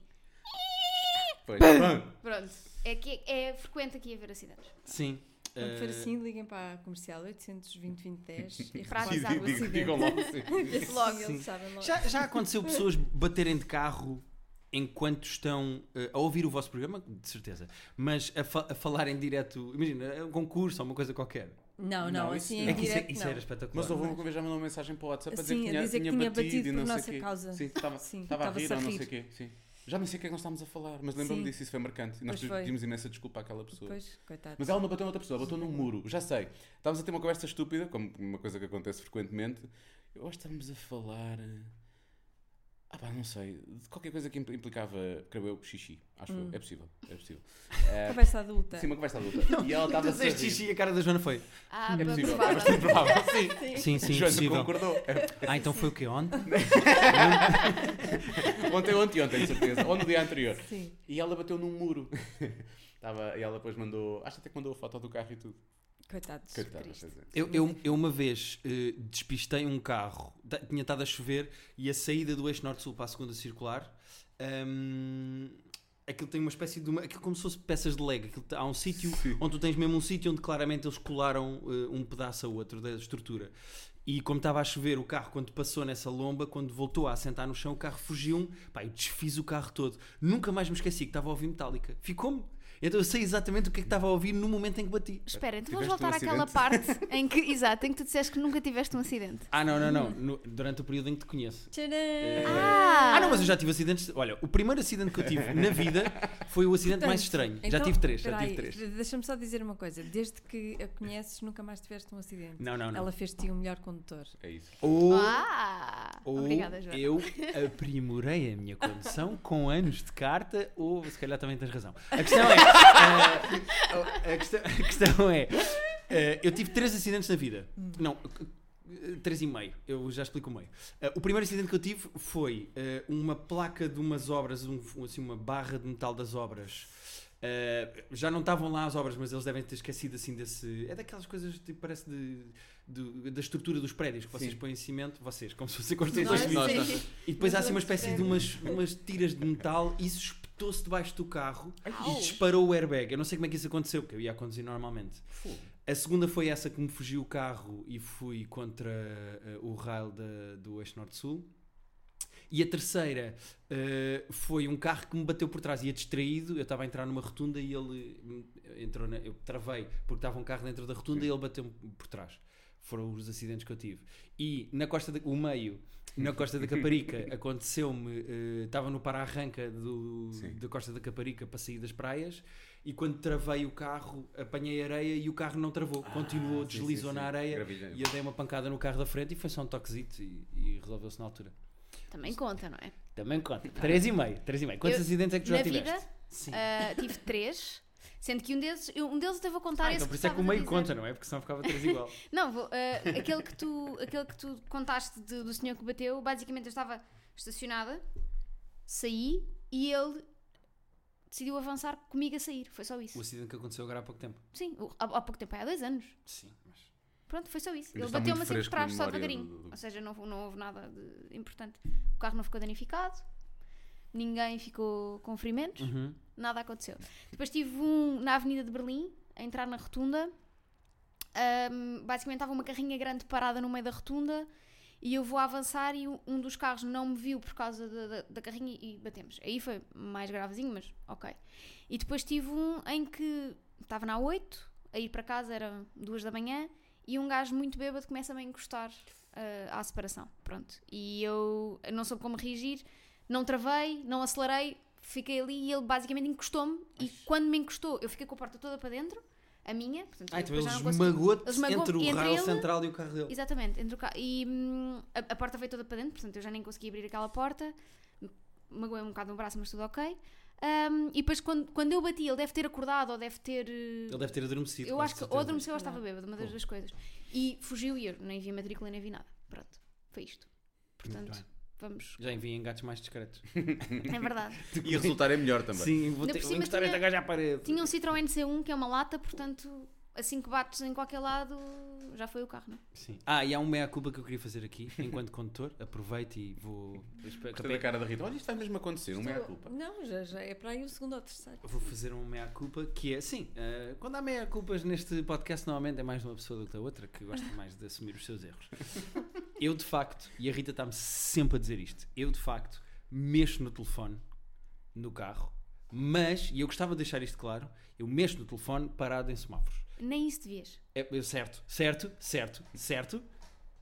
C: Pois. Pam!
B: Pronto. É, que é, é frequente aqui haver acidentes.
A: Sim.
D: Quando for
A: Eh,
D: assim, liguem para a comercial 820 2010 e
B: Para
D: reportem
B: avisar.
D: o acidente.
C: Digam logo, sim.
D: <laughs> Logo,
A: Sim.
D: eles sabem logo.
A: já, já aconteceu pessoas baterem de carro enquanto estão eh, a ouvir o vosso programa, de certeza, mas a, fa- a falarem direto, imagina, é um concurso ou uma coisa qualquer.
D: Não, não,
C: Não,
D: assim
C: isso
D: em
C: não.
A: É que isso, é-
D: direto,
A: isso
D: não.
A: era espetacular.
C: Mas houve uma vez já mandou uma mensagem para o WhatsApp a dizer
D: Sim,
C: que
D: a
C: tinha,
D: dizer que
C: tinha
D: tinha
C: batido,
D: batido
C: e não
D: por
C: sei
D: nossa
C: quê.
D: causa.
C: Sim, estava,
D: Sim,
C: estava a
D: estava-se
C: rir
D: a
C: ou não
D: rir.
C: sei o quê. Sim. Já nem sei o que é que nós estávamos a falar, mas lembro-me
D: Sim.
C: disso, isso foi marcante. E nós
D: Pois foi.
C: pedimos imensa desculpa àquela pessoa.
D: Pois, coitado.
A: é um
C: Mas ela não bateu noutra pessoa, bateu num muro. Já sei. Estávamos a ter uma conversa estúpida, como uma coisa que acontece frequentemente. Eu acho que estávamos a falar. eh, Ah, pá, não sei. De qualquer coisa que impl- implicava, creio eu, xixi. Acho
A: Hum.
C: eu. É possível.
A: <laughs>
C: É possível. Eh,
D: Conversa adulta.
C: sim, uma conversa adulta. e ela estava a
A: Tu
C: ser.
A: disseste xixi e a cara da Joana foi.
B: Ah, para
C: É possível. É
A: <laughs>
B: provar.
C: bastante provável. Sim.
A: Sim, sim,
C: Joana
A: possível.
C: concordou. <laughs> É-
A: Ah, então foi o quê? Onde?
C: Ontem, ontem, ontem, de certeza. Ou no dia anterior.
D: Sim.
C: E ela bateu num muro. <laughs> Estava, e ela depois mandou. Acho até que mandou a foto do carro e tudo.
D: Coitados.
C: Coitada, é.
B: triste.
C: quer dizer.
A: Eu, eu, eu uma vez eh, despistei um carro, Ta- tinha estado a chover e a saída do eixo norte-sul para a segunda circular, hum, aquilo tem uma espécie de. Uma, aquilo como se fosse peças de leg. Aquilo, t- há um sítio
C: Sim.
A: onde tu tens mesmo um sítio onde claramente eles colaram eh, um pedaço a outro da estrutura. E como estava a chover, o carro, quando passou nessa lomba, quando voltou a assentar no chão, o carro fugiu. Pá, eu desfiz o carro todo. Nunca mais me esqueci que estava a ouvir Metallica. Ficou-me. Então eu sei exatamente o que é que estava a ouvir no momento em que bati.
B: Espera, então vamos
C: Tiveste
B: voltar
C: um
B: àquela parte
A: <laughs>
B: em que, exato, em que tu disseste que nunca tiveste um acidente.
A: Ah, não, não, não. No- durante o período em que te conheço.
D: Tcharam!
B: Ah,
A: Ah, não, mas eu já tive acidentes. Olha, o primeiro acidente que eu tive na vida foi o acidente mais estranho. já
D: Então,
A: tive três, já
D: peraí,
A: tive três.
D: Deixa-me só dizer uma coisa. Desde que a conheces, nunca mais tiveste um acidente.
A: Não, não, não.
D: Ela fez-te o melhor condutor.
C: É isso.
A: Ou,
B: Ah!
A: ou
B: Obrigada, Joana.
A: eu aprimorei a minha condição com anos de carta, ou se calhar também tens razão. A questão é. eh, a, questão, a questão é. eh, eu tive três acidentes na vida. Não. eh, Três e meio, eu já explico o meio. Eh, o primeiro acidente que eu tive foi eh, uma placa de umas obras, um- um, assim, uma barra de metal das obras, Uh, já não estavam lá as obras, mas eles devem ter esquecido assim desse. É daquelas coisas que parece de, do- da estrutura dos prédios que vocês
C: Sim.
A: põem em cimento, vocês, como se fossem construtores
D: Nós,
A: civis.
D: é? sim.
A: E depois há assim uma
D: Mas
A: espécie de umas, umas tiras de metal e isso espetou-se debaixo do carro
B: Au.
A: e disparou o airbag. Eu não sei como é que isso aconteceu, porque eu ia a conduzir normalmente. A segunda foi essa que me fugiu o carro e fui contra eh, o rail da- do Eixo Norte-Sul. E a terceira eh, foi um carro que me bateu por trás, ia distraído, eu estava a entrar numa rotunda e ele hum, entrou na, eu travei porque estava um carro dentro da rotunda e ele bateu-me por trás. Foram os acidentes que eu tive. E na costa da, o meio, na costa da
C: <laughs>
A: Caparica, aconteceu-me, eh, estava no para-arranca do-
C: Sim.
A: da costa da Caparica para sair das praias e quando travei o carro, apanhei areia e o carro não travou, continuou,
C: Ah, sim, sim,
A: deslizou
C: sim.
A: na areia
C: Gravilha.
A: e eu dei uma pancada no carro da frente e foi só um toquezito e- e resolveu-se na altura.
B: Também conta, não é?
A: Também conta. 3,5. 3,5. Quantos
B: Eu-
A: acidentes é que tu
B: na
A: já tiveste?
B: vida,
A: Sim.
B: ah, tive três, sendo que um deles, eu- um deles eu devo contar
A: Ah,
B: esse
A: então
B: que
A: por isso é que o
B: estavas a
A: meio
B: dizer.
A: conta, não é? Porque senão ficava 3 igual.
B: Não, vou, ah, aquele, que tu, aquele que tu contaste de- do senhor que bateu, basicamente eu estava estacionada, saí e ele decidiu avançar comigo a sair. Foi só isso.
A: <laughs> o acidente que aconteceu agora há pouco tempo.
B: Sim, o- há, há pouco tempo, há dois anos.
A: Sim. Mas...
B: Pronto, foi só isso.
C: Ainda
B: ele
C: está
B: bateu-me
C: muito
B: assim por
C: fresco na
B: trás, só
C: memória
B: devagarinho.
C: do- do-
B: Ou seja, não, não houve nada de importante. O carro não ficou danificado, ninguém ficou com ferimentos,
A: Uhum.
B: nada aconteceu. Depois tive um na Avenida de Berlim, a entrar na rotunda. Ahm, basicamente estava uma carrinha grande parada no meio da rotunda e eu vou avançar e um dos carros não me viu por causa da, da- da carrinha e batemos. Aí foi mais gravezinho, mas ok. E depois tive um em que estava na 8, a ir para casa eram duas da manhã e um gajo muito bêbado começa a me encostar ah, à separação. Pronto. E eu não soube como reagir, não travei, não acelerei, fiquei ali e ele basicamente encostou-me. E quando me encostou, eu fiquei com a porta toda para dentro, a minha. Portanto,
A: Ah,
B: eu
A: então
B: depois
A: ele
B: já não consegui-
A: esmagou-te
B: Ele esmagou-me
A: entre o
B: entre
A: raio
B: ele-
A: central e o carro dele.
B: Exatamente, entre o ca- e hum, a, a porta veio toda para dentro, portanto eu já nem consegui abrir aquela porta, magoei um bocado no braço, mas tudo ok. Hum, e depois quando, quando eu bati, ele deve ter acordado ou deve ter. eh,
A: Ele deve ter adormecido.
B: eu
A: com
B: acho que ou
A: certeza.
B: adormeceu ou estava bêbado, uma das
A: Pô.
B: duas coisas. E fugiu e eu nem vi a matrícula nem vi nada. Pronto, foi isto.
A: Muito
B: Portanto,
A: bem. <laughs>
B: vamos.
A: Já enviei engates mais discretos.
B: É verdade.
C: E o resultado é melhor também.
A: Sim, vou
B: Ainda
A: ter
B: por
A: vou
B: cima
A: encostar
B: tinha-
A: esta gaja à parede.
B: um, Tinha um Citroën C1 que é uma lata, portanto, assim que bates em qualquer lado, aconteceu, já foi o carro, não é?
A: Sim. Ah, e há um meia-culpa que eu queria fazer aqui, enquanto condutor. Aproveito e vou.
C: Gostei da cara da Rita. Olha, isto está mesmo a acontecer, não é a
E: Estou-
C: culpa.
E: Não, já, já é para aí o segundo ou terceiro.
A: Vou fazer um meia-culpa que é, sim, eh, quando há meia-culpas neste podcast, normalmente é mais de uma pessoa do que da outra, que gosta mais de assumir os seus erros. Eu, de facto, e a Rita está-me sempre a dizer isto, eu, de facto, mexo no telefone, no carro, mas, e eu gostava de deixar isto claro, eu mexo no telefone parado em semáforos.
B: Nem isso devias.
A: É, é certo, certo, certo, certo,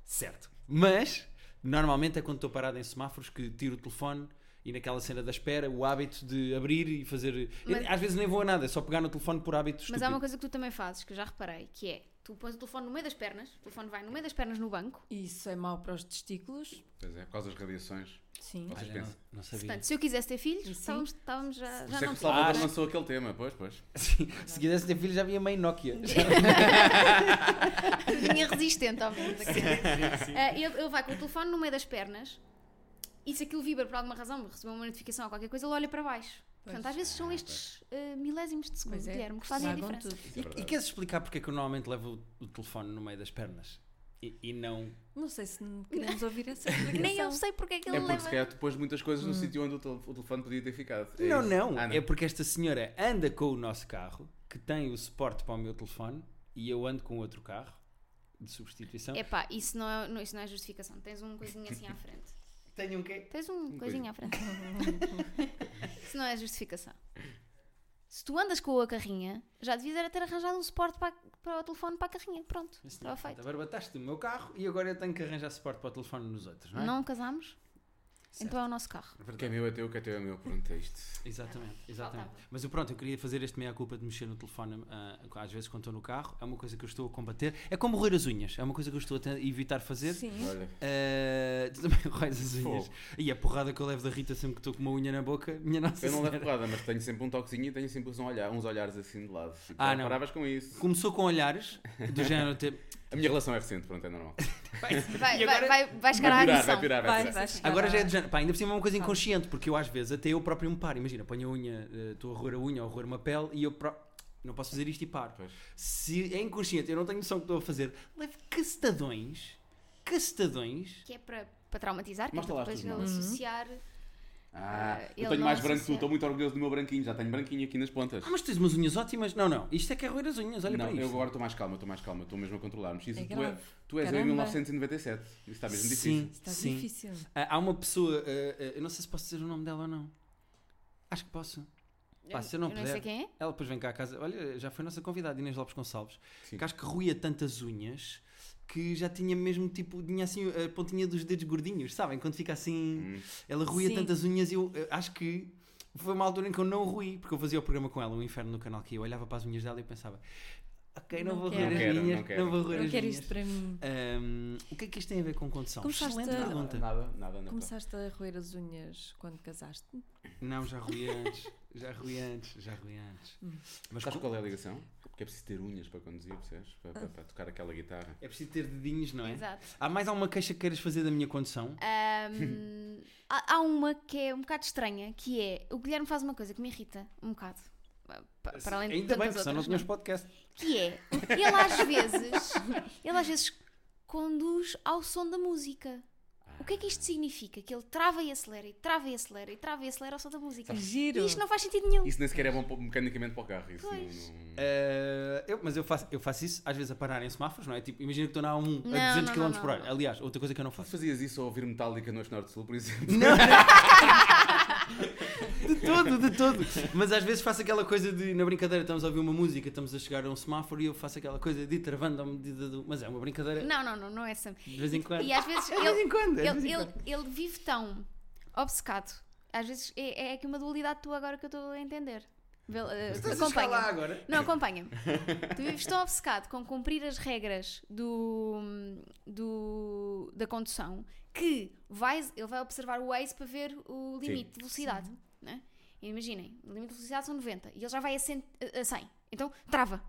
A: certo. Mas, normalmente é quando estou parado em semáforos que tiro o telefone e naquela cena da espera, o hábito de abrir e fazer.
B: Mas-
A: Às vezes nem vou a nada, é só pegar no telefone por hábito
B: Mas
A: estúpido.
B: há uma coisa que tu também fazes, que eu já reparei, que é, tu pões o telefone no meio das pernas, o telefone vai no meio das pernas no banco,
E: Isso é mau para os testículos?
C: Pois é, por causa das radiações.
E: Sim.
C: Vocês
A: Olha, não,
C: pensam.
A: não sabia.
B: portanto, se eu quisesse ter filhos,
E: E sim.
B: estávamos, estávamos já,
C: Por
B: já
C: isso é que
B: não
C: o Salvador
B: <laughs>
A: Ah,
C: lançou aquele tema, pois, pois.
A: Sim, <laughs> se quisesse ter filho já havia meio
B: É
A: Nokia.
B: Vinha resistente, ao menos. aqui. Ah, ele, ele vai com o telefone no meio das pernas e se aquilo vibra por alguma razão, recebeu uma notificação ou qualquer coisa, ele olha para baixo. Portanto, às vezes são estes ah, milésimos de segundo,
E: Pois é,
B: Guilherme, que fazem a
E: estragam
B: diferença.
E: tudo.
C: Isso é
A: E
C: verdade.
A: queres explicar porque é que eu normalmente levo o, o telefone no meio das pernas? E, e não.
E: Não sei se queremos ouvir essa explicação.
B: Nem eu sei porque é que ele
C: É porque se
B: leva.
C: calhar tu pôs muitas coisas no sítio onde o tel- o telefone podia ter ficado. É
A: não,
C: isso.
A: não.
C: Ah,
A: É porque esta senhora anda com o nosso carro, que tem o suporte para o meu telefone, e eu ando com outro carro de substituição.
B: Epá, isso não, é, não- isso não é justificação. Tens um coisinho assim à frente.
A: Tenho um quê?
B: Tens um coisinho à frente. isso não é justificação. Se tu andas com a carrinha, já devias era ter arranjado um suporte para, para o telefone para a carrinha. Pronto,
A: tipo
B: estava feito.
A: Agora bataste o meu carro e agora eu tenho que arranjar suporte para o telefone nos outros, não é?
B: Não casámos,
A: Certo.
B: então é o nosso carro.
C: Que é meu é teu, que é teu é meu. Pronto, é isto.
A: Exatamente, exatamente. Mas eu, pronto, eu queria fazer este meia-culpa de mexer no telefone ah, às vezes quando estou no carro. É uma coisa que eu estou a combater. É como roer as unhas. É uma coisa que eu estou a ten- evitar fazer.
E: Sim.
C: Olha.
A: Ah, <laughs> tu também roes as unhas.
C: Fogo.
A: E a porrada que eu levo da Rita sempre que estou com uma unha na boca, minha nossa
C: Eu não levo
A: Senhora.
C: porrada, mas tenho sempre um toquezinho e tenho sempre uns, olhar, uns olhares assim de lado. Tipo,
A: Ah,
C: ah,
A: não.
C: não. Paravas com isso.
A: Começou com olhares do género. Tipo,
C: A minha relação é recente, pronto, é normal.
B: Vai,
A: <laughs> E agora-
B: vai, vai, vai chegar
C: Vai
B: à
C: piorar,
B: adição.
C: vai piorar, vai
E: Vai,
C: piorar.
E: vai chegar
A: Agora
E: lá.
A: já é de género. Pá, ainda por cima é uma coisa inconsciente, porque eu às vezes até eu próprio me paro. Imagina, ponho a unha, eh, estou a roer a unha ou a roer uma pele e eu pró- não posso fazer isto e paro.
C: Pois.
A: Se é inconsciente, eu não tenho noção do que estou a fazer. Levo cacetadões, cacetadões.
B: Que é para, para traumatizar, que é
C: Mostra
B: para
C: lá
B: depois
C: as
B: ele
C: tuas
A: Uhum.
B: associar.
C: Ah,
B: Ah, ele
C: eu tenho
B: não
C: mais branco que tu,
B: associa.
C: estou muito orgulhoso do meu branquinho, já tenho branquinho aqui nas pontas.
A: Ah, mas tens umas unhas ótimas. Não, não, isto é que é roer as unhas, olha
C: não,
A: para
C: eu
A: isto.
C: agora estou mais calma, estou mais calma, estou mesmo a controlar-me. Isso
E: É
C: tu, é,
E: grave.
C: tu és eu em
E: Caramba.
C: 1997, isso está mesmo
A: sim,
C: difícil.
E: Está
A: sim.
E: difícil.
A: Ah, há uma pessoa, ah, ah, eu não sei se posso dizer o nome dela ou não. Acho que posso. Pá, se eu não
B: eu
A: puder-
B: sei quem é.
A: Ela depois vem cá à casa. Olha, já foi nossa convidada, Inês Lopes Gonçalves.
C: Sim.
A: Que acho que roía tantas unhas que já tinha mesmo tipo, tinha assim a pontinha dos dedos gordinhos, sabem? Quando fica assim.
C: Hum.
A: Ela roía
E: Sim.
A: tantas unhas e eu eh, acho que foi uma altura em que eu não roí, porque eu fazia o programa com ela, o Inferno no canal que eu olhava para as unhas dela e pensava. Ok, não,
E: Não
A: vou
E: quero.
A: roer
E: Não
A: as
C: quero,
A: minhas,
C: não quero.
A: vou roer
E: Eu
A: as
E: quero
A: minhas.
E: isto para mim.
A: Ahm, o que é que isto tem a ver com condição?
E: Começaste
A: Excelente
E: a-
A: pergunta.
C: Nada, nada, não.
E: Começaste a roer as unhas quando casaste?
A: Não, já roí antes. Já roí antes, já roí antes.
E: Hum.
A: Mas
C: Mas sabes qual é a ligação? Porque é preciso ter unhas para conduzir, percebes? Para, para- para tocar aquela guitarra.
A: É preciso ter dedinhos, não é?
B: Exato.
A: Há mais alguma queixa que queiras fazer da minha condição? <laughs>
B: Ahm, há, há uma que é um bocado estranha, que é o Guilherme faz uma coisa que me irrita um bocado. pa- pa- Para além de
A: Ainda bem,
B: tantas
A: que senão não
B: outras,
A: tínhamos podcast.
B: que é ele às vezes ele às vezes conduz ao som da música o que é que isto significa? Que ele trava e acelera e trava e acelera e trava e acelera ao som da
A: Tá.
B: música
E: Giro.
B: e isto não faz sentido nenhum
C: Isso nem sequer é bom para- mecanicamente para o carro. Isso
B: Pois.
C: não- não-
A: Eh, eu- mas eu faço, eu faço isso às vezes a parar em semáforos, não é? Tipo, imagina que estou na A1 a
B: Não,
A: 200
B: não,
A: km
B: não, não,
A: por hora.
B: não.
A: Aliás, outra coisa que eu não faço.
C: Fazias isso ao ouvir Metallica Noite Norte Sul, por exemplo?
A: De todo, de
B: <laughs>
A: todo. Mas às vezes faço aquela coisa de, na brincadeira, estamos a ouvir uma música, estamos a chegar a um semáforo e eu faço aquela coisa de ir travando à medida do. Mas é uma brincadeira
B: não, não, não, não é sempre
A: de vez em quando.
B: e às
A: <laughs>
B: vezes
A: É de vez
B: ele,
A: em quando. é de vez
B: ele,
A: em
B: ele,
A: quando.
B: ele vive tão obcecado às vezes é, é aqui uma dualidade tua agora que eu estou a entender Vê- eh,
A: Estás a chegar
B: acompanha-me.
A: lá agora.
B: Não, acompanha-me. tu vives tão obcecado com cumprir as regras do, do- da condução que vais, ele vai observar o Waze para ver o limite de velocidade. né? E Imaginem, o limite de velocidade são 90 e ele já vai a 100. a- a 100. Então trava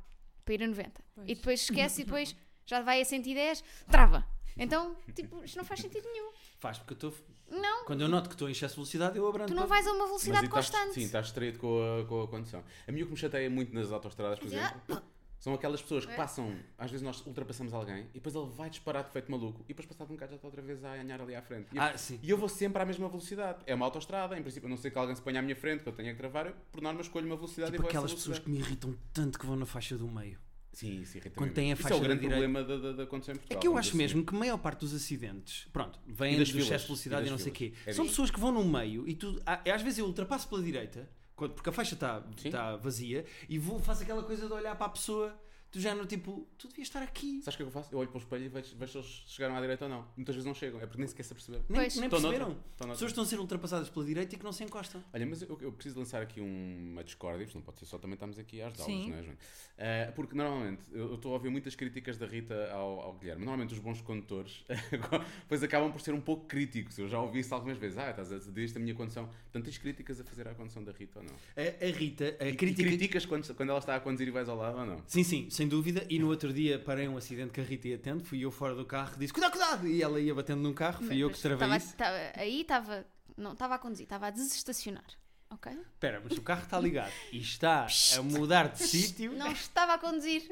B: para ir a 90. E depois esquece e depois já vai a 110, trava. Então, tipo, isto não faz sentido nenhum.
A: Faz, porque eu estou.
B: Não,
A: Quando eu noto que estou em excesso de velocidade, eu abrando.
B: tu não vais a uma
C: Mas
A: tá-
B: velocidade
C: e estás-
B: constante.
C: Sim, estás estreito com a, com a condução. A mim o que me chateia muito nas autostradas, por exemplo, São aquelas pessoas que
B: É.
C: passam, às vezes nós ultrapassamos alguém e depois ele vai disparado feito maluco e depois passado um bocado já está outra vez a ganhar ali à frente. E, eu-
A: Ah, sim.
C: e eu vou sempre à mesma velocidade. É uma autoestrada, em princípio, a não ser que alguém se ponha à minha frente, que eu tenha que travar, eu, por norma escolho uma velocidade e
A: Tipo
C: vou a essa
A: aquelas pessoas
C: velocidade.
A: que me irritam tanto que vão na faixa do meio.
C: Sim, isso irrita
A: Quando têm a
C: Isso
A: faixa
C: é o
A: da
C: grande
A: direita.
C: problema da, da, da condição em
A: É
C: Portugal.
A: que eu
C: vamos
A: acho
C: assim.
A: mesmo que a maior parte dos acidentes, pronto, vêm
C: E
A: do
C: das
A: excesso
C: filas.
A: de velocidade
C: E
A: e,
C: das
A: não sei o quê.
C: filas. É
A: São
C: disso.
A: pessoas que vão no meio e tu, a- às vezes eu ultrapasso pela direita, quando- porque a faixa está
C: Sim.
A: tá vazia, e vou, faço aquela coisa de olhar para a pessoa, tu já no tipo, tu devias estar aqui.
C: Sabes o que é que eu faço? Eu olho para o espelho e vejo, vejo se eles chegaram à direita ou não. Muitas vezes não chegam, é porque nem sequer se aperceberam.
A: Nem,
B: Pois.
A: nem
C: Estão noutra.
A: perceberam?
C: Estão noutra.
A: Pessoas estão a ser ultrapassadas pela direita e que não se encostam.
C: Olha, mas eu, eu preciso lançar aqui um- uma discórdia, isto não pode ser só também estamos aqui às aulas,
E: Sim.
C: não é, Joana? Ah, porque normalmente, eu eu estou a ouvir muitas críticas da Rita ao, ao Guilherme, normalmente os bons condutores <laughs> depois acabam por ser um pouco críticos, eu já ouvi isso algumas vezes, ah, estás a dizer isto a minha condição, portanto tens críticas a fazer à condição da Rita ou não?
A: A, a Rita, a
C: E- e
A: crítica.
C: criticas quando, quando ela está a conduzir e vais ao lado ou não?
A: Sim, sim, sem dúvida. E no outro dia parei um acidente que a Rita ia tendo, fui eu fora do carro, disse cuidado, cuidado! E ela ia batendo num carro, fui eu que
B: Mas
A: travei
B: tava-
A: isso.
B: tava- aí estava. Não, estava a conduzir, estava a desestacionar. Ok?
A: Espera, mas o carro está ligado e está a mudar de sítio.
B: Não estava a conduzir.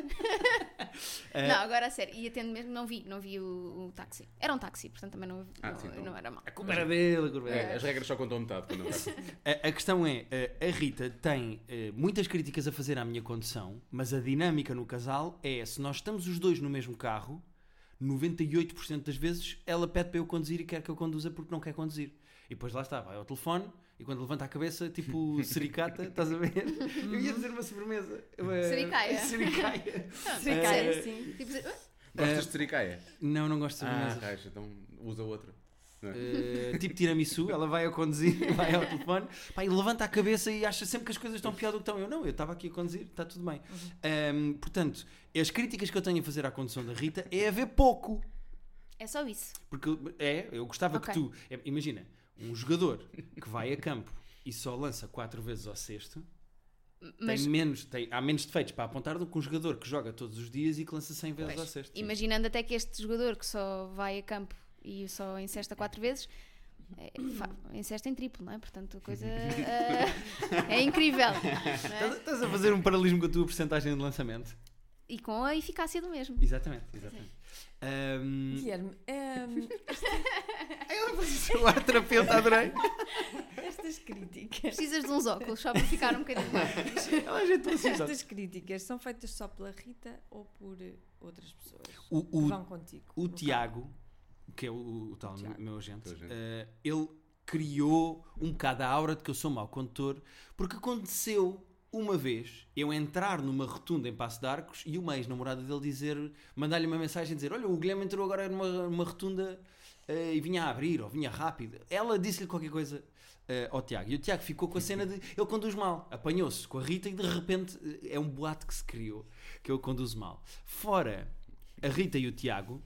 A: É.
B: Não, agora a sério. E atendo mesmo, não vi, não vi o, o táxi. Era um táxi, portanto também não,
C: Ah,
B: não,
C: sim, então.
B: não era mal.
A: A culpa era dele, a culpa era
C: É,
A: dele.
C: as regras só contam a metade quando eu
A: <laughs>
C: faço.
A: A, a questão é, eh, a Rita tem eh, muitas críticas a fazer à minha condição, mas a dinâmica no casal é, se nós estamos os dois no mesmo carro, 98% das vezes ela pede para eu conduzir e quer que eu conduza porque não quer conduzir. E depois lá está, vai ao telefone e quando levanta a cabeça, <laughs> tipo sericata, estás a ver? Eu ia dizer uma sobremesa. uma-
B: Sericaia.
A: Sericaia.
E: Sim,
A: Ah,
E: é,
A: é.
E: sim.
B: Tipo,
C: Gostas de sericaia?
A: Não, não gosto de
C: Ah,
A: sobremesas.
C: raios, então usa outra. não é?
A: Uh, tipo tiramisu, ela vai a conduzir, <laughs> vai ao telefone, pá, e levanta a cabeça e acha sempre que as coisas estão pior do que estão. Eu não, eu estava aqui a conduzir, está tudo bem. Um, portanto, as críticas que eu tenho a fazer à condução da Rita é haver pouco.
B: é só isso.
A: Porque é, eu gostava que
B: Ok.
A: tu. é, imagina, um jogador que vai a campo e só lança quatro vezes ao sexto.
B: Mas
A: Tem menos, tem, há menos defeitos para apontar do que um jogador que joga todos os dias e que lança 100 vezes
B: Pois.
A: ao sexto.
B: imaginando até que este jogador que só vai a campo e só incesta quatro vezes. É, fa- incesta em triplo, não é? Portanto, a coisa ah, é incrível. não é?
A: Estás, estás a fazer um paralelismo com a tua porcentagem de lançamento?
B: E com a eficácia do mesmo.
A: Exatamente, exatamente. Um, <laughs>
E: Guilherme, ehm, <laughs>
A: O ar terapeuta, um adorei.
E: estas críticas.
B: Precisas de uns óculos só para ficar um bocadinho mais.
A: Ela ajeitou assim, sabe?
E: Estas críticas são feitas só pela Rita ou por eh, outras pessoas?
A: O,
E: que
A: o,
E: vão contigo.
A: o
E: no
A: Tiago, que é o, o tal
E: Tiago.
A: meu agente,
C: Teu agente.
A: eh, ele criou um bocado a aura de que eu sou mau condutor, porque aconteceu uma vez eu entrar numa rotunda em Passo de Arcos e uma ex-namorada dele dizer, mandar-lhe uma mensagem dizer: Olha, o Guilherme entrou agora numa, numa rotunda eh, e vinha a abrir ou vinha rápido. Ela disse-lhe qualquer coisa. eh, ao Tiago. E o Tiago ficou com a cena de ele conduz mal, apanhou-se com a Rita e de repente eh, é um boato que se criou que eu conduzo mal. Fora a Rita e o Tiago,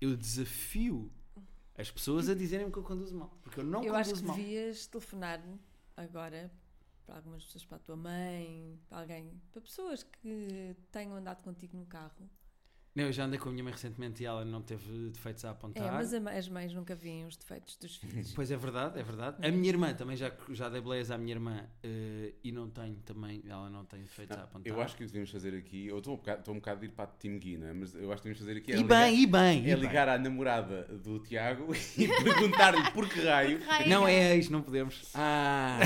A: eu desafio as pessoas a dizerem-me que eu conduzo mal. Porque eu não
E: Eu acho
A: conduzo
E: que
A: mal.
E: devias telefonar agora para algumas pessoas, para a tua mãe, para alguém, para pessoas que tenham andado contigo no carro.
A: Não, eu já andei com a minha mãe recentemente e ela não teve defeitos a apontar.
E: É, mas a ma- as mães nunca veem os defeitos dos filhos.
A: Pois é verdade, é verdade. A
E: Não.
A: minha irmã também já, já dei beleza à minha irmã eh, e não tenho também, ela não tem defeitos a apontar.
C: Eu acho que devíamos fazer aqui. Eu estou um bocado, estou um bocado de ir para a Team Gui, não é? Mas eu acho que devíamos fazer aqui. é
A: e
C: ligar-
A: bem, e bem,
C: É
A: e
C: ligar à namorada do Tiago <laughs> e perguntar-lhe por que raio.
A: bem. Não é ex, não podemos.
C: Ah!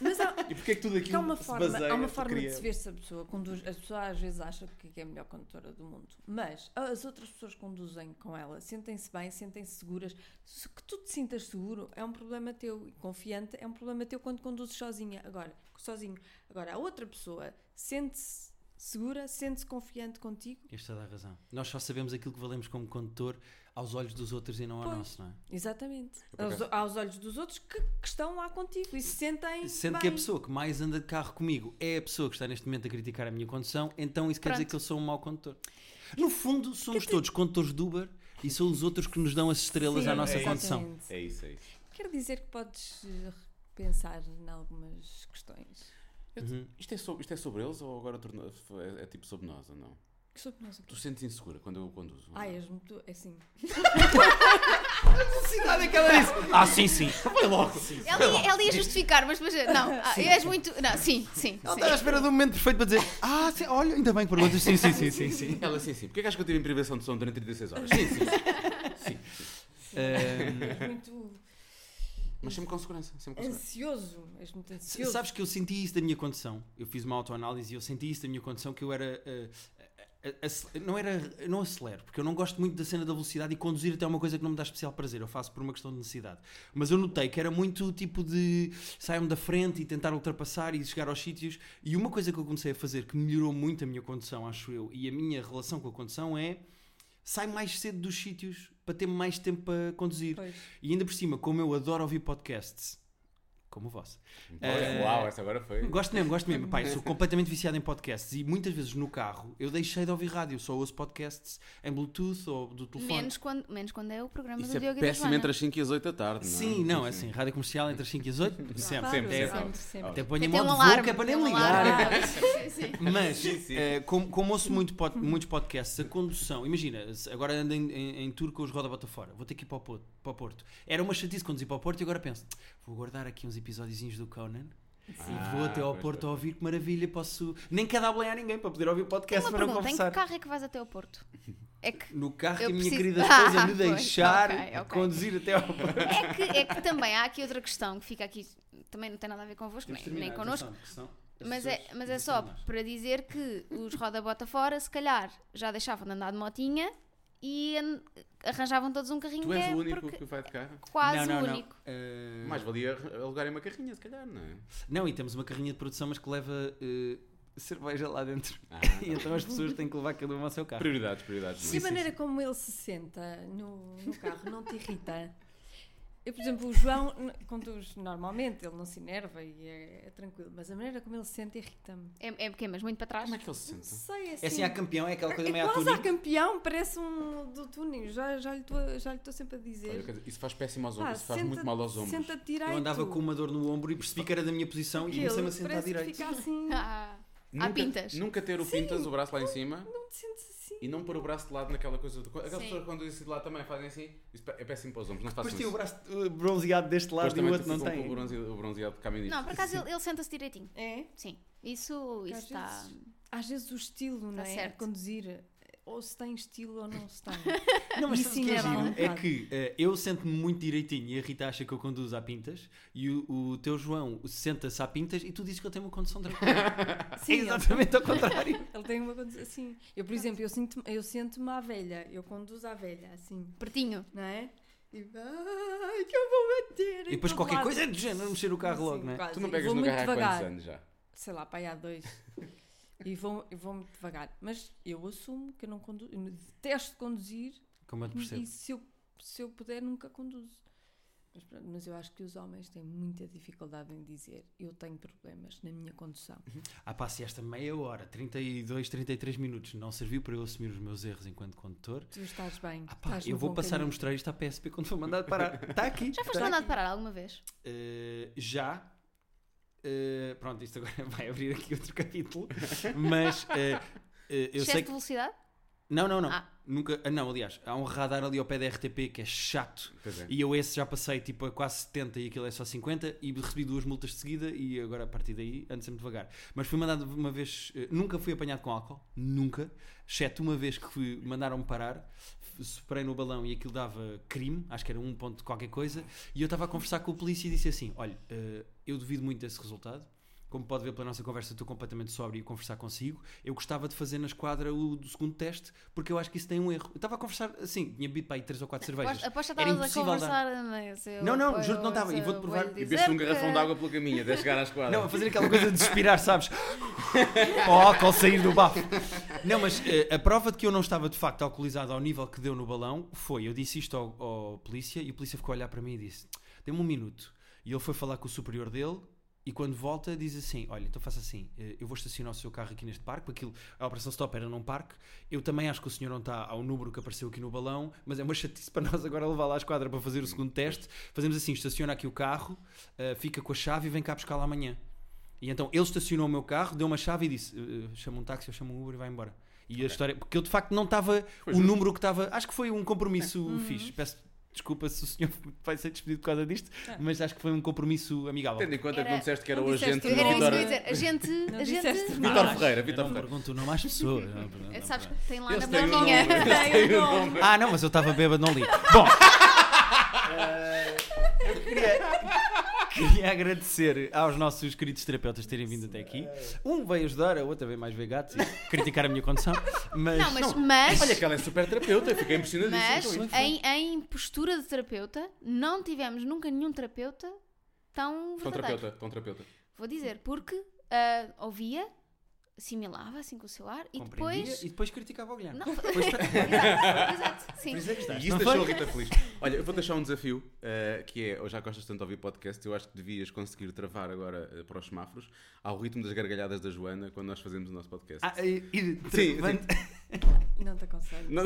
E: Mas há,
C: E porquê é que tudo
E: porque há
C: aquilo
E: uma
C: se
E: forma,
C: baseia
E: há uma
C: se
E: forma
C: cria?
E: de se ver se a pessoa conduz. A pessoa às vezes acha que é a melhor condutora do mundo, mas as outras pessoas conduzem com ela, sentem-se bem, sentem-se seguras. Se que tu te sintas seguro é um problema teu e confiante é um problema teu quando conduzes sozinha. Agora, sozinho. Agora, a outra pessoa sente-se segura, sente-se confiante contigo.
A: Este dá razão. Nós só sabemos aquilo que valemos como condutor aos olhos dos outros e não ao
E: Pois.
A: nosso, não é?
E: Exatamente.
C: por
E: Aos,
C: acaso-
E: aos olhos dos outros que, que estão lá contigo e se sentem.
A: Sendo
E: bem.
A: que a pessoa que mais anda de carro comigo é a pessoa que está neste momento a criticar a minha condução, então isso quer dizer
B: Pronto.
A: que eu sou um mau condutor. No fundo, somos todos condutores de Uber e são os outros que nos dão as estrelas
E: Sim,
A: à nossa
C: é isso.
A: condução.
E: exatamente.
C: É isso, é isso.
E: Quer dizer que podes eh, pensar em algumas questões.
C: Isto é, sobre, isto é sobre eles ou agora tornou- é, é tipo sobre nós ou não?
E: Que sobre nós aqui.
C: Tu sentes insegura quando eu conduzo?
E: Ai, és muito. É assim.
A: Cidade é que ela disse. Ah, sim, sim. Foi logo.
B: Ela ia, ela ia justificar, mas depois. Não, ah, és muito. Não, sim, sim.
A: Ela
B: sim.
A: estava à espera do momento perfeito para dizer. Ah, sim, olha, ainda bem que perguntas. <laughs> Sim, sim, sim, sim. sim.
C: Ela, sim, sim. Porquê é que acho que eu tive em privação de som durante 36 horas? Sim, sim. sim, sim.
A: Ahm,
E: És muito
C: Mas sempre com segurança. Sempre com segurança.
E: ansioso. És muito
A: S-
E: ansioso.
A: Sabes que eu senti isso da minha condição. Eu fiz uma autoanálise e eu senti isso da minha condição que eu era. eh, eh, ac- não era. Não acelero, porque eu não gosto muito da cena da velocidade e conduzir até é uma coisa que não me dá especial prazer. Eu faço por uma questão de necessidade. Mas eu notei que era muito tipo de saiam da frente e tentar ultrapassar e chegar aos sítios. E uma coisa que eu comecei a fazer que melhorou muito a minha condição, acho eu, e a minha relação com a condição é. Sai mais cedo dos sítios para ter mais tempo para conduzir.
E: Pois.
A: E ainda por cima, como eu adoro ouvir podcasts, como o vosso,
C: Olha,
A: Eh,
C: Uau, essa agora foi.
A: Gosto mesmo, gosto mesmo. Pá, eu sou completamente viciado em podcasts e muitas vezes no carro eu deixei de ouvir rádio, só ouço podcasts em Bluetooth ou do telefone.
B: Menos quando, menos quando é o programa
C: Isso
B: do
C: é
B: Diogo e da
C: péssimo
B: Joana.
C: entre as 5 e as 8 da tarde, não é?
A: Sim, não, é assim, rádio comercial entre as 5 e as 8, sempre.
E: Claro,
C: Sempre, sempre.
E: sempre,
C: sempre.
E: sempre.
A: Até
B: Tem
A: ponho em
B: um
A: modo
B: alarme.
A: voo, que é para
B: tem
A: nem
B: um
A: ligar.
B: alarme. Sim, sim.
A: <laughs> Mas,
C: Sim, sim.
A: eh, como, como ouço muito pod- muitos podcasts, a condução, imagina, se agora ando em, em, em tour com os Roda Bota Fora, vou ter que ir para o, Porto, para o Porto. Era uma chatice conduzir para o Porto e agora penso, vou guardar aqui uns episódiozinhos do Conan. e assim, Ah, vou até ao
C: Ah, pois, é.
A: Porto
C: pois.
A: a ouvir, que maravilha, posso nem cadablear ninguém para poder ouvir o
B: Tenho
A: podcast
B: uma
A: para não
B: pergunta, em que
A: conversar.
B: carro é que vais até ao Porto? É que,
A: No carro
B: Eu
A: que a minha
B: preciso-
A: querida esposa
B: <laughs> Ah,
A: me
B: pois,
A: deixar
B: ok, ok.
A: conduzir até ao Porto.
B: é, que, é que também há aqui outra questão que fica aqui, também não tem nada a ver convosco, nem, nem connosco, mas é, mas é só para dizer que os Roda Bota Fora, se calhar, já deixavam de andar de motinha e an- arranjavam todos um carrinho
C: Tu
B: que
C: és
B: é
C: o único
B: porque-
C: que vai de carro.
B: quase
A: não,
B: o
A: não,
B: único.
A: Não. Eh,
C: Mais valia alugarem uma carrinha, se calhar, não é?
A: não, e temos uma carrinha de produção, mas que leva eh, cerveja lá dentro.
C: Ah,
A: <laughs> e então as pessoas têm que levar cada uma ao seu carro.
C: Prioridades, prioridades. não é?
E: Se a maneira como ele se senta no, no carro não te irrita. Eu, por exemplo, o João n- conduz normalmente, ele não se enerva e é, é tranquilo, mas a maneira como ele se sente irrita-me.
B: É, é porque, mas muito para trás.
C: Como é que ele se
E: Não
C: sente?
E: sei, é assim.
A: É assim, há campeão, é aquela coisa
E: é
A: meio à
E: quase a
A: túnica.
E: campeão, parece um do túnel. Já, já lhe estou sempre a
C: Olha, quer
E: dizer.
C: dizer, Isso faz péssimo aos
E: Pá,
C: ombros, isso faz muito
E: senta-
C: mal aos ombros.
E: Senta-te direito.
A: Eu andava com uma dor no ombro e percebi que era da minha posição e
E: Ele
A: comecei-me a sentar
E: parece que
A: direito.
E: Fica
A: <laughs>
E: assim,
B: <laughs> Ah,
C: Nunca-
B: Há pintas.
C: Nunca ter o pintas, o braço lá em cima,
E: não te sentes assim.
C: e não pôr o braço de lado naquela coisa. Do... Aquelas
B: Sim.
C: pessoas quando dizem de lado também fazem assim, isso é péssimo para os ombros, não façam
A: Depois
C: isso.
A: tinha o braço eh, bronzeado deste
C: Depois
A: lado e
C: também
A: o outro não
C: ficam com
A: tem.
C: O bronzeado, o bronzeado de caminho
B: não, por acaso ele, ele senta-se direitinho.
E: É?
B: Sim. Isso
E: Às
A: tá-
B: está.
E: vezes- Às vezes o estilo, não
B: Tá
E: é?
B: certo.
E: A conduzir, ou se tem estilo ou não
A: <laughs>
E: se tem.
A: Não, mas
E: E
A: sabe o
E: sim,
A: que é
E: era à
A: giro? É
E: vontade.
A: que eh, eu sento-me muito direitinho e a Rita acha que eu conduzo a pintas e o, o teu João senta-se a pintas e tu dizes que ele tem uma condução de <laughs> É
E: <laughs> Sim, ele-
A: exatamente ao
E: <laughs>
A: contrário.
E: Ele tem uma condição assim. Eu, por exemplo, eu sinto- eu sinto-me à velha. Eu conduzo à velha, assim,
B: Pertinho.
E: não é? E vai, que eu vou bater.
A: e depois
E: em todo
A: qualquer
E: lado.
A: coisa é do género, mexer o carro logo,
E: Assim,
A: não é?
E: quase.
C: Tu não
E: E
C: pegas
E: vou
C: no
E: muito
C: carro há
E: devagar.
C: quantos anos já?
E: Sei lá, pai,
A: <laughs>
E: há dois. E vou, eu vou muito devagar. Mas eu assumo que eu não conduzo. Eu detesto conduzir
A: Como eu te percebo.
E: e se eu, se eu puder, nunca conduzo. Mas, pronto, mas eu acho que os homens têm muita dificuldade em dizer eu tenho problemas na minha condução.
A: Ah pá, se esta meia hora, 32, 33 minutos, não serviu para eu assumir os meus erros enquanto condutor,
E: Tu estás bem.
A: ah pá,
E: estás no
A: eu vou
E: bom
A: passar a
E: caminho.
A: mostrar isto à PSP quando for mandado parar.
E: <laughs>
A: Está aqui.
B: Já foste
A: tá.
B: mandado parar alguma vez?
A: Eh, já. Eh, pronto, isto agora <laughs> vai abrir aqui outro capítulo. Mas eh, eh, eu
B: Excesso
A: sei
B: de
A: que.
B: velocidade?
A: Não, não, não.
B: Ah.
A: Nunca. ah, Não, aliás, há um radar ali ao pé da RTP que é chato.
C: Pois é.
A: E eu esse já passei tipo a quase 70 e aquilo é só 50 e recebi duas multas de seguida e agora a partir daí ando sempre devagar. Mas fui mandado uma vez, eh, nunca fui apanhado com álcool, nunca, exceto uma vez que fui, mandaram-me parar, f- superei no balão e aquilo dava crime, acho que era um ponto de qualquer coisa, e eu estava a conversar com o polícia e disse assim, olha, eh, eu duvido muito desse resultado, como pode ver pela nossa conversa, estou completamente sóbrio e a conversar consigo. Eu gostava de fazer na esquadra o do segundo teste, porque eu acho que isso tem um erro. Eu estava a conversar assim, tinha bebido para aí 3 ou
C: É
A: 4 cervejas.
B: Aposto- Aposto que
A: Era
B: estavas a
A: impossível dar.
B: conversar. eh, mas eu-
A: Não, não,
B: eu-
A: juro que não estava, e
B: eu
A: vou-te provar.
B: vou-lhe
C: E bebeste um
B: dizer
C: garrafão
B: que-
C: de água pelo caminho até chegar à esquadra.
A: Não, a fazer aquela coisa de expirar, sabes? O álcool sair do bafo. Não, mas eh, a prova de que eu não estava de facto alcoolizado ao nível que deu no balão foi: eu disse isto ao, ao polícia e o polícia ficou a olhar para mim e disse: dê-me um minuto. E ele foi falar com o superior dele. E quando volta, diz assim: Olha, então faça assim, eh, eu vou estacionar o seu carro aqui neste parque, porque aquilo, a Operação Stop era num parque. Eu também acho que o senhor não está ao número que apareceu aqui no balão, mas é uma chatice para nós agora levar lá à esquadra para fazer o segundo teste. Fazemos assim: estaciona aqui o carro, eh, fica com a chave e vem cá buscá-la "Ah, amanhã. E então ele estacionou o meu carro, deu uma chave e disse: eh, eh, chama um táxi, eu chamo um Uber e vai embora. E a história. Porque eu de facto não estava. O
C: Foi justo.
A: número que estava. Acho que foi um compromisso fixe. Peço desculpa se o senhor <laughs> vai ser despedido por causa disto, mas acho que foi um compromisso amigável.
C: Tendo em conta que não
B: Era-
C: disseste que era
E: não
C: o agente
E: disseste, era
B: Era
C: do
B: isso que eu ia
C: Vitor,
B: dizer. A gente.
E: Não
B: a
E: disseste
B: gente
E: nada.
C: Vitor Ferreira.
A: Eu
C: Vitor
A: não
C: Ferreira.
A: pergunto o nome às pessoas. eu não pergunto.
B: Eh, Sabes que tem lá
C: Eles
B: na
C: têm o
B: bolinha.
C: nome, eles
E: Tem
C: têm o
E: o nome.
C: nome.
A: Ah, não, mas eu estava bêbado, <laughs> não li. Bom. Eh, eu queria, queria agradecer aos nossos queridos terapeutas terem vindo até aqui. Um veio ajudar, a outra veio mais ver gatos e criticar a minha condição. Mas,
B: Não, mas. mas...
C: <laughs> Olha que ela é super terapeuta, eu fiquei impressionadíssimo.
B: Mas
A: então,
C: com isso.
B: em, em postura de terapeuta, não tivemos nunca nenhum terapeuta tão
C: Com
B: verdadeiro.
C: terapeuta, com terapeuta.
B: Vou dizer, porque ah, ouvia, assimilava assim com o seu ar e
A: compreendia
B: depois.
A: e depois criticava o <laughs> Guilherme.
B: Não, <laughs>
A: Depois-
B: exato, sim.
A: Por isso é que estás.
C: E
A: não
C: isso deixou a
A: foi?
C: Rita feliz. Olha, eu vou deixar um desafio, eh, que é, ou já gostas tanto de ouvir podcast, eu acho que devias conseguir travar agora eh, para os semáforos, ao ritmo das gargalhadas da Joana, quando nós fazemos o nosso podcast.
A: Ah, e, e,
C: Sim,
A: van-
E: Não te aconselho. <laughs>
C: Não-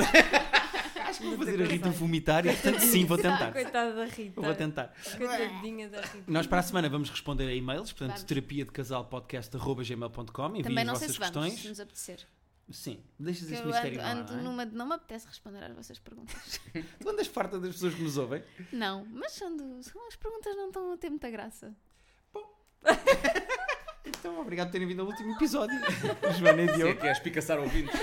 A: Acho que vou fazer a Rita vomitar e, portanto, sim, vou tentar.
E: Coitada da Rita.
A: Vou tentar.
E: Coitadinha da Rita.
A: Nós para a semana vamos responder a e-mails, portanto,
B: Vamos.
A: terapia de casal podcast.gmail.com. Enviem
B: Também
A: as
B: não sei
A: vossas
B: se vamos,
A: questões.
B: se nos apetecer.
A: Sim, deixas
B: Que
A: esse
B: eu
A: mistério no
B: ando,
A: ar,
B: ando
A: não é?
B: numa de não me apetece responder às vossas perguntas. <laughs>
A: Tu andas farta das pessoas que nos ouvem?
B: não, mas ando. são- As perguntas não estão a ter muita graça.
A: Então, obrigado por terem vindo ao último episódio. <laughs> Joana e
C: Sim, é
A: Diogo.
C: que é espicaçar ouvintes.